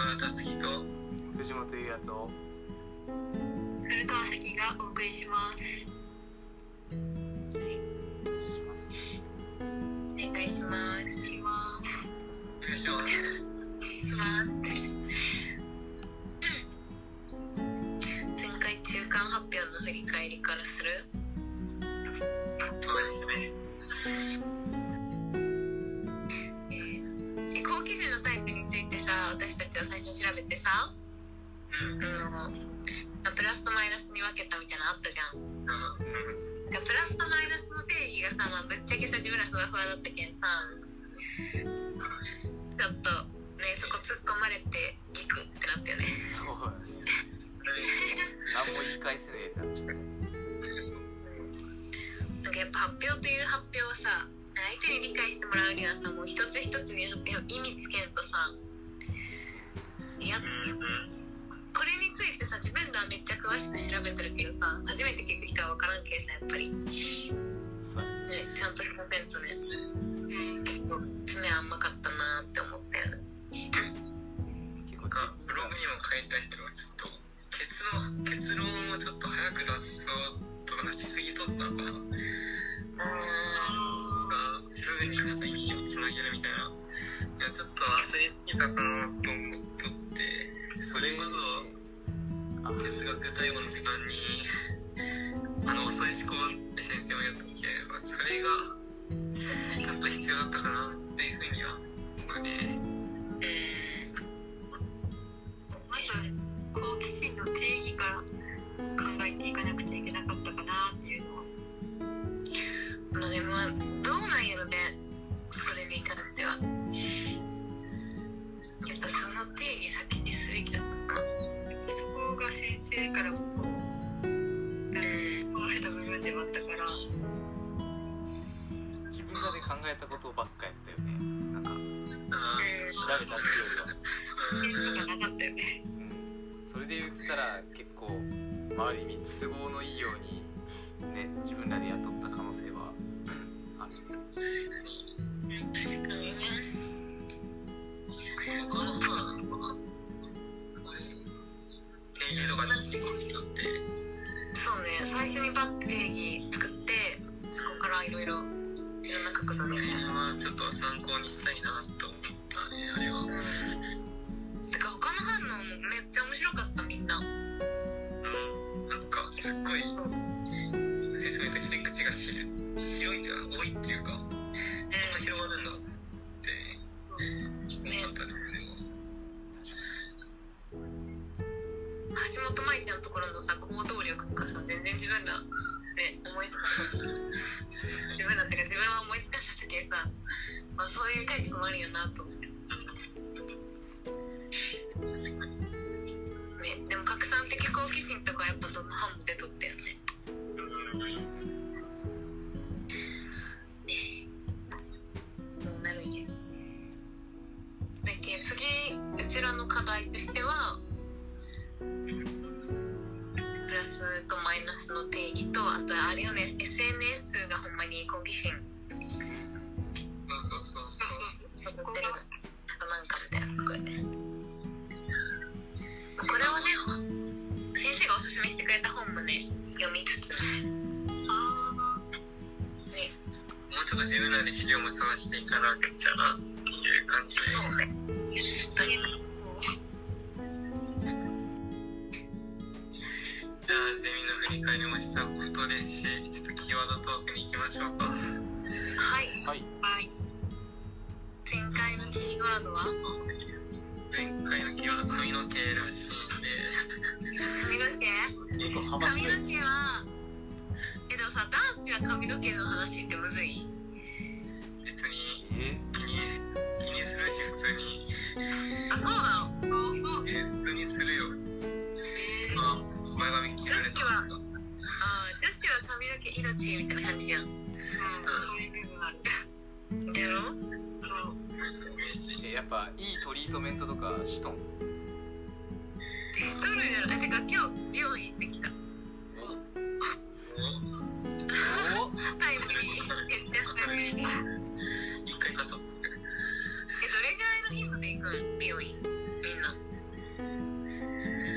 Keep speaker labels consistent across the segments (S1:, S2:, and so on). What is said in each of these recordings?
S1: と
S2: 藤本優也と
S1: 古川関がお送りします。はいお願いします。お願いします。
S2: お願い
S1: お願い
S2: します
S1: します。前回中間発表の振り返りからする。
S2: そうですね
S1: えー、好奇心のタイプについてさ私たちは最初調べてさ、
S2: うん
S1: あのプラスとマイナスに分けたみたいなのあったじゃん
S2: うん
S1: プラスとマイナスの定義がさ、まあ、ぶっちゃけさ自分らふわふわだったけんさちょっとねそこ突っ込まれてギクってなったよね
S2: そうだね何も言い返せねえってなっちゃう
S1: なんかやっぱ発表という発表はさ相手に理解してもらうにはさもう一つ一つにやっぱ意味つけんとさやっ
S2: うん
S1: これについてさ自分らはめっちゃ詳しく調べてるけどさ初めて聞く人は分からんけんさやっぱり、ね、
S2: そうだね
S1: ちゃんとしたセンスね、うん、結構爪甘かったなって思ったよね
S2: 結構
S3: がブログにも書いたりとかちょっと結論結論をちょっと早く出そうとか出しすぎとったのかながすぐになんか意味をつなげるみたいないやちょっと焦りすぎたかなと思っとってそれこそ
S2: あ
S3: 哲学対話の時間にあの遅い思考で先生をやった時けまあ、それがやっぱ必要だったかなっていうふうには思うね
S1: うんまず好奇心の定義から考えていかなくちゃいけなかったかなっていうのはまあでもまあどうなんやろねそれに関してはやっぱその定義先にすべきだったかな
S4: そこが先生からもこうなんか思われた部分でもあったから
S2: 自分がね考えたことばっかやったよねなんか調
S3: あ
S4: えー
S2: べたっていうより
S4: 先生がなか
S3: ー
S2: は
S4: ったよね
S2: うんそれで言ったら結構まあある意味都合のいいようにね自分らでやっとった可能性はうんあるね
S1: 確かにね
S3: この子は定義とかに結構人って
S1: そうね、最初にバッテリー作って、そこからいろいろ、いろんな角度で。
S3: まあちょっと参考にしたいなと思ったねあれは
S1: てか、他の反応もめっちゃ面白かった、みんな。
S3: うんなんかすっごい説明として口が知る広いっていうか多いっていうか
S1: うん、
S3: こんな広がるんだって思ったね
S1: 橋本舞ちゃんのところのさ、行動力とかさ、全然自分ら、ね、思いつかなかった。自分らってか、自分は思いつかなかったけどさ、まあ、そういう解釈もあるよなと思って。ね、でも拡散的好奇心とかはやっぱその反も出とったよね。そうなるんやだっけ次うちらの課題としてはプラスとマイナスの定義とあとあれよね SNS がほんまに好奇心
S3: そうそうそうそう
S1: そってるなんかみたいなとこやねこれをね先生がおすすめしてくれた本もね読みつつね
S3: もうちょっと自分らで資料も探していかなくちゃなっていう感じで
S1: そうね本当に
S3: じゃあゼミの振り返りもしたことですしちょっとキーワードトークに行きましょうか
S1: はい
S2: はい
S4: はい
S1: 前回のキーワードは
S3: 前回のキーワード髪の毛らしいんで
S1: 髪の毛
S2: 結構幅
S1: 髪
S2: 広い
S1: の毛はえでもさ男子は髪の毛の話ってむずい
S3: 別に
S2: え
S3: 気に気にするし普通に
S1: あそうなのそうそう
S3: え普通にするよ
S1: えー、
S3: まあ前髪切られたとか
S1: あー女子は髪の毛命みたいな感じや
S4: う
S1: ん
S4: んそういう部分ある
S1: やろ
S3: 別にいいし
S2: えやっぱいいトリートメントとかしとん
S1: どれやろあてか今日美容院行ってきた
S3: もう
S2: お
S1: タイムリーめっちゃタイムリーえどれぐ
S3: 一回カット
S1: らいの頻度で行くん美容院みんな
S2: え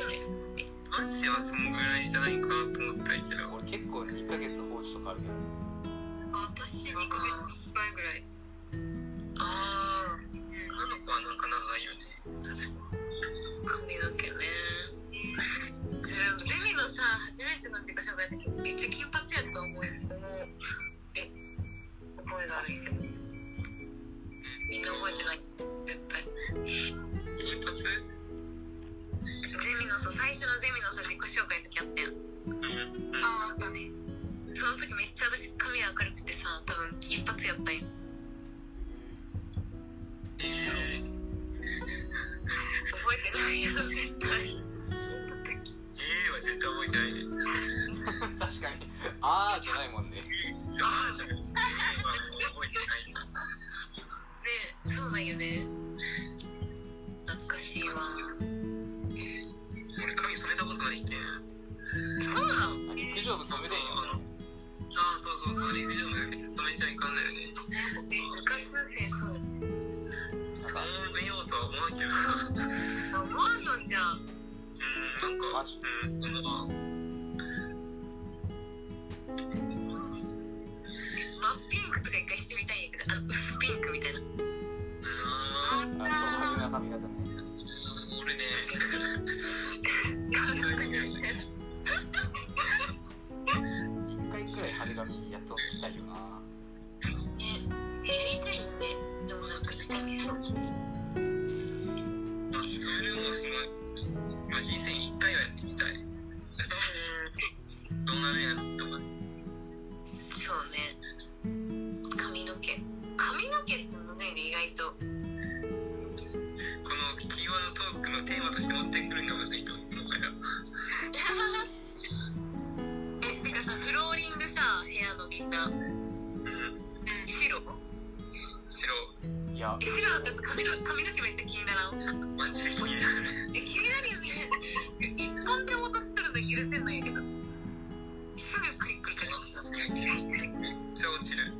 S3: はそんぐらいじゃないかなと思ったけど
S2: 俺結構2ヶ月放置とかあるけどね
S4: 私2ヶ月に1回ぐらい
S3: ああ女の子はなんか長いよね
S1: 髪の毛ねでもゼミのさ初めての自己紹介の時めっちゃ金髪やと思う思うえ覚えがあるんやけどみんな覚えてない絶対
S3: 金髪
S1: ゼミのさ最初のゼミのさ自己紹介の時あったやん
S3: うんうん
S4: ああったね
S1: その時めっちゃ私髪明るくてさ多分金髪やったんや
S3: えー
S1: 覚えてないよ絶対
S3: えーは絶対覚えてないね。
S2: 確かにああじゃないもんね
S3: ああじゃあ、えーは覚えてないよ。
S1: でそうなんよね懐かしいわ
S3: 俺髪染めたことないけん。
S1: そうなん
S2: あ陸上部染めてんよ
S3: あのあーそうそうそう、陸上部染めちゃいかんだよね。
S1: え部活生そう
S2: なんか
S3: もう見ようとは思わんけどな。
S1: あ思わんのんじゃん
S3: うん、なんか、うん、あの、
S1: 真っピンクとか一回してみたいんやけどあの薄ピンクみたいな
S3: あ
S2: あそう派手な髪型ね
S3: ー俺ね、
S1: 韓国人みたいな
S2: 一回くらい派手髪やっときたいよな
S1: ねやりたいねでもなんか痛みそう
S3: あ、それもその、まあ、人生一回はやってみたい。どうなるんやろと思って。
S1: そうね髪の毛髪の毛ってむずいね意外と
S3: このキーワードトークのテーマとして持ってくるんだもんね、人もはや。
S1: えてかさフローリングさ部屋のみんな
S3: うん、
S1: 白
S3: 白、
S2: いや
S1: え白だったら髪の髪の毛めっちゃ気にならん
S3: マジで気になる。
S1: え気になるよね一本でも落としとるの許せんのやけどすぐクイックリかけて
S3: めっちゃ落ちる。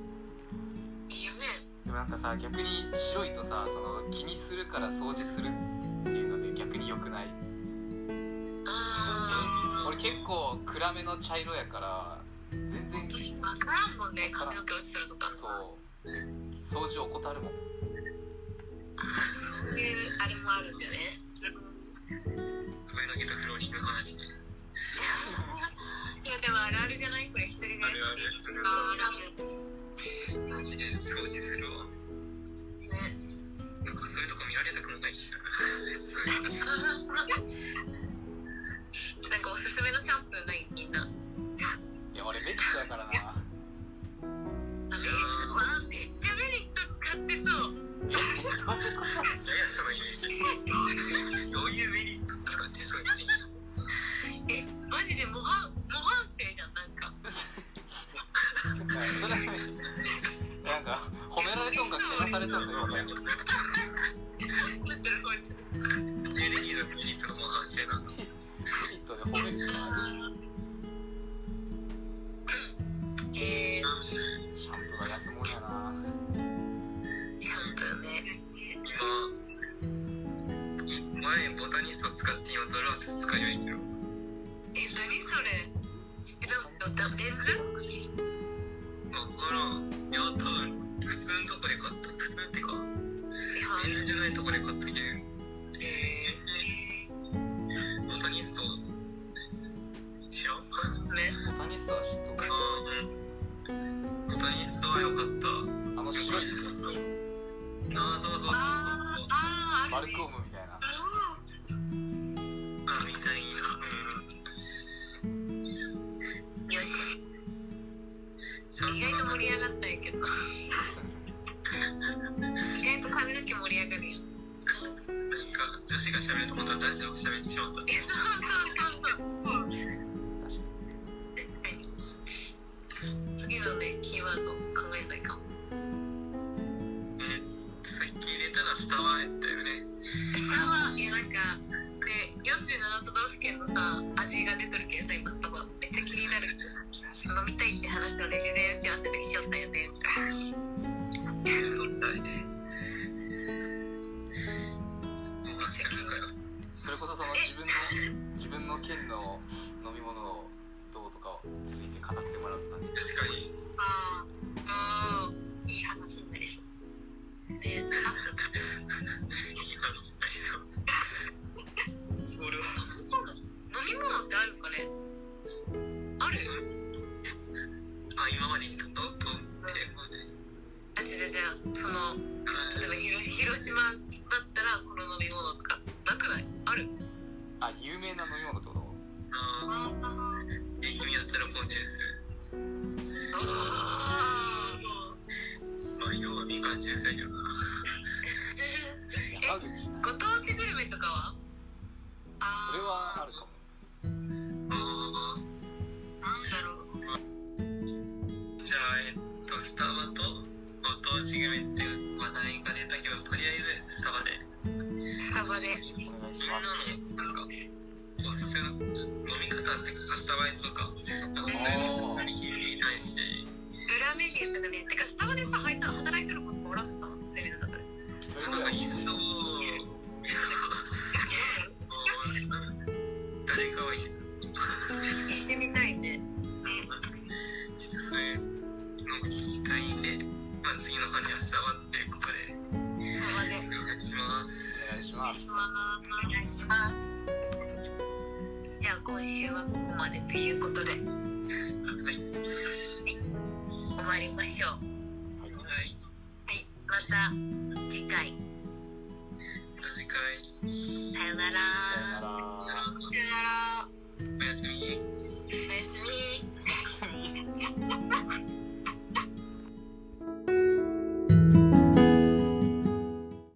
S1: いいよね
S2: でもなんかさ逆に白いとさその気にするから掃除するっていうので逆に良くない
S1: あ
S2: 俺結構暗めの茶色やから全然
S1: ーわからんもんね髪の毛落ちてるとか
S2: そう掃除怠るもん
S1: そういうあれもあるんだよね
S3: 髪の毛とフローリングの話ね。
S1: いやでもあるあるじゃないこれ一人暮らしとかラーメ
S3: マジで掃除するわ。
S1: ンね
S3: なんかそういうとこ見られたくもないし。普通に
S1: なんかおすすめのシャンプーないみんな。
S2: いや俺メリットやからな
S1: あめっわめっちゃメリット使ってそう。
S3: 何やそのイメージ。どういうメリット使ってそういうメリット
S1: え、マジで模範模範生じゃんなんか。
S2: それなんか褒められとんかけなされとんかよくわかんない
S1: だってこいつ。
S3: ジェリーのメリットの話してなんか。
S2: メリットで褒めるってな
S1: えー、
S2: シャンプーが安物やな
S1: シャンプーね。
S3: 今、前ボタニスト使って今ドラース使いよいけど。
S1: え、何それ。なんかレンズ？
S3: わからん。いや、多分普通のとこで買った。普通ってか、
S1: いや
S3: メールじゃないとこで買ったけど。
S1: え
S3: ボタニスト、知らん
S1: ー、ね。
S2: ボタニストは知っと
S3: あ
S2: く
S3: うん。ボタニストは良かった。
S2: あの白い
S3: ああ、そうそうそうそう。
S1: あーあーあ
S2: バ
S1: る
S2: ル
S1: ね
S2: コームみたいな
S3: あ、みたいな。うん。
S1: よし意外と盛り上がったんやけど意外と髪の毛盛り上がるやん
S3: なんか、女子が喋ると思ったら男子の方が喋ってしまった。
S1: えそうそうそうそうそう
S2: 確か
S1: 確かに次のねキーワード考えないかも
S3: うん。さっき入れたら下はやったよね。
S1: 下はいやなんかで47都道府県のさ味が出とるけんさ今スタバめっちゃ気になる飲みたいって話をレジで打ち合わせでしちゃったよね
S3: どんだいね。もう忘れるから。
S2: それこそその自分の自分の県の飲み物をどうとかについて語ってもらうとかね
S3: 確かに
S1: ああ、うん、いい話になりそう。えー、あ飲
S3: 俺は
S1: み物飲み物ってあるかねある
S3: あ今までにどうとってこうで
S1: あ、違う違う違う。その、例えば広広島だったらこの飲み物とかなくないある
S2: あ有名な飲み物ってこと
S3: あ
S1: あ
S3: ーえ君だったらポンジュース
S1: あ
S3: まあ要はみかんジュースだけどな
S2: 山口な
S1: ご当地グルメとかはあー
S2: それはあるかも
S3: あ
S1: なんだろう
S3: ーじゃあえっとスタバとご当地組っていう話題が出たけどとりあえずスタバで
S1: スタバで
S2: お願い
S3: み
S2: し
S3: んな
S2: ま
S3: のなんかおすすめの飲み方っていうかカスタマイズとかなんかそういうの何聞いてないし
S1: 裏メニューとかねてかスタバでさ入った働いてる子とかおらんかなゼミの中で
S2: すそれ
S3: なんか
S2: ぐ
S3: ら
S2: い
S3: いっそ誰かは一
S1: 聞いてみたいね
S3: そういうのを聞きたいんで、まあ、次の班には伝わっていうことで、
S1: スタバで
S3: お願いします。
S2: お願いします
S1: お願いしますじゃあ今週はここまでということで
S3: はい。
S1: 終わりましょう
S3: はい。
S1: はいまた次回
S3: 次回。
S1: さよなら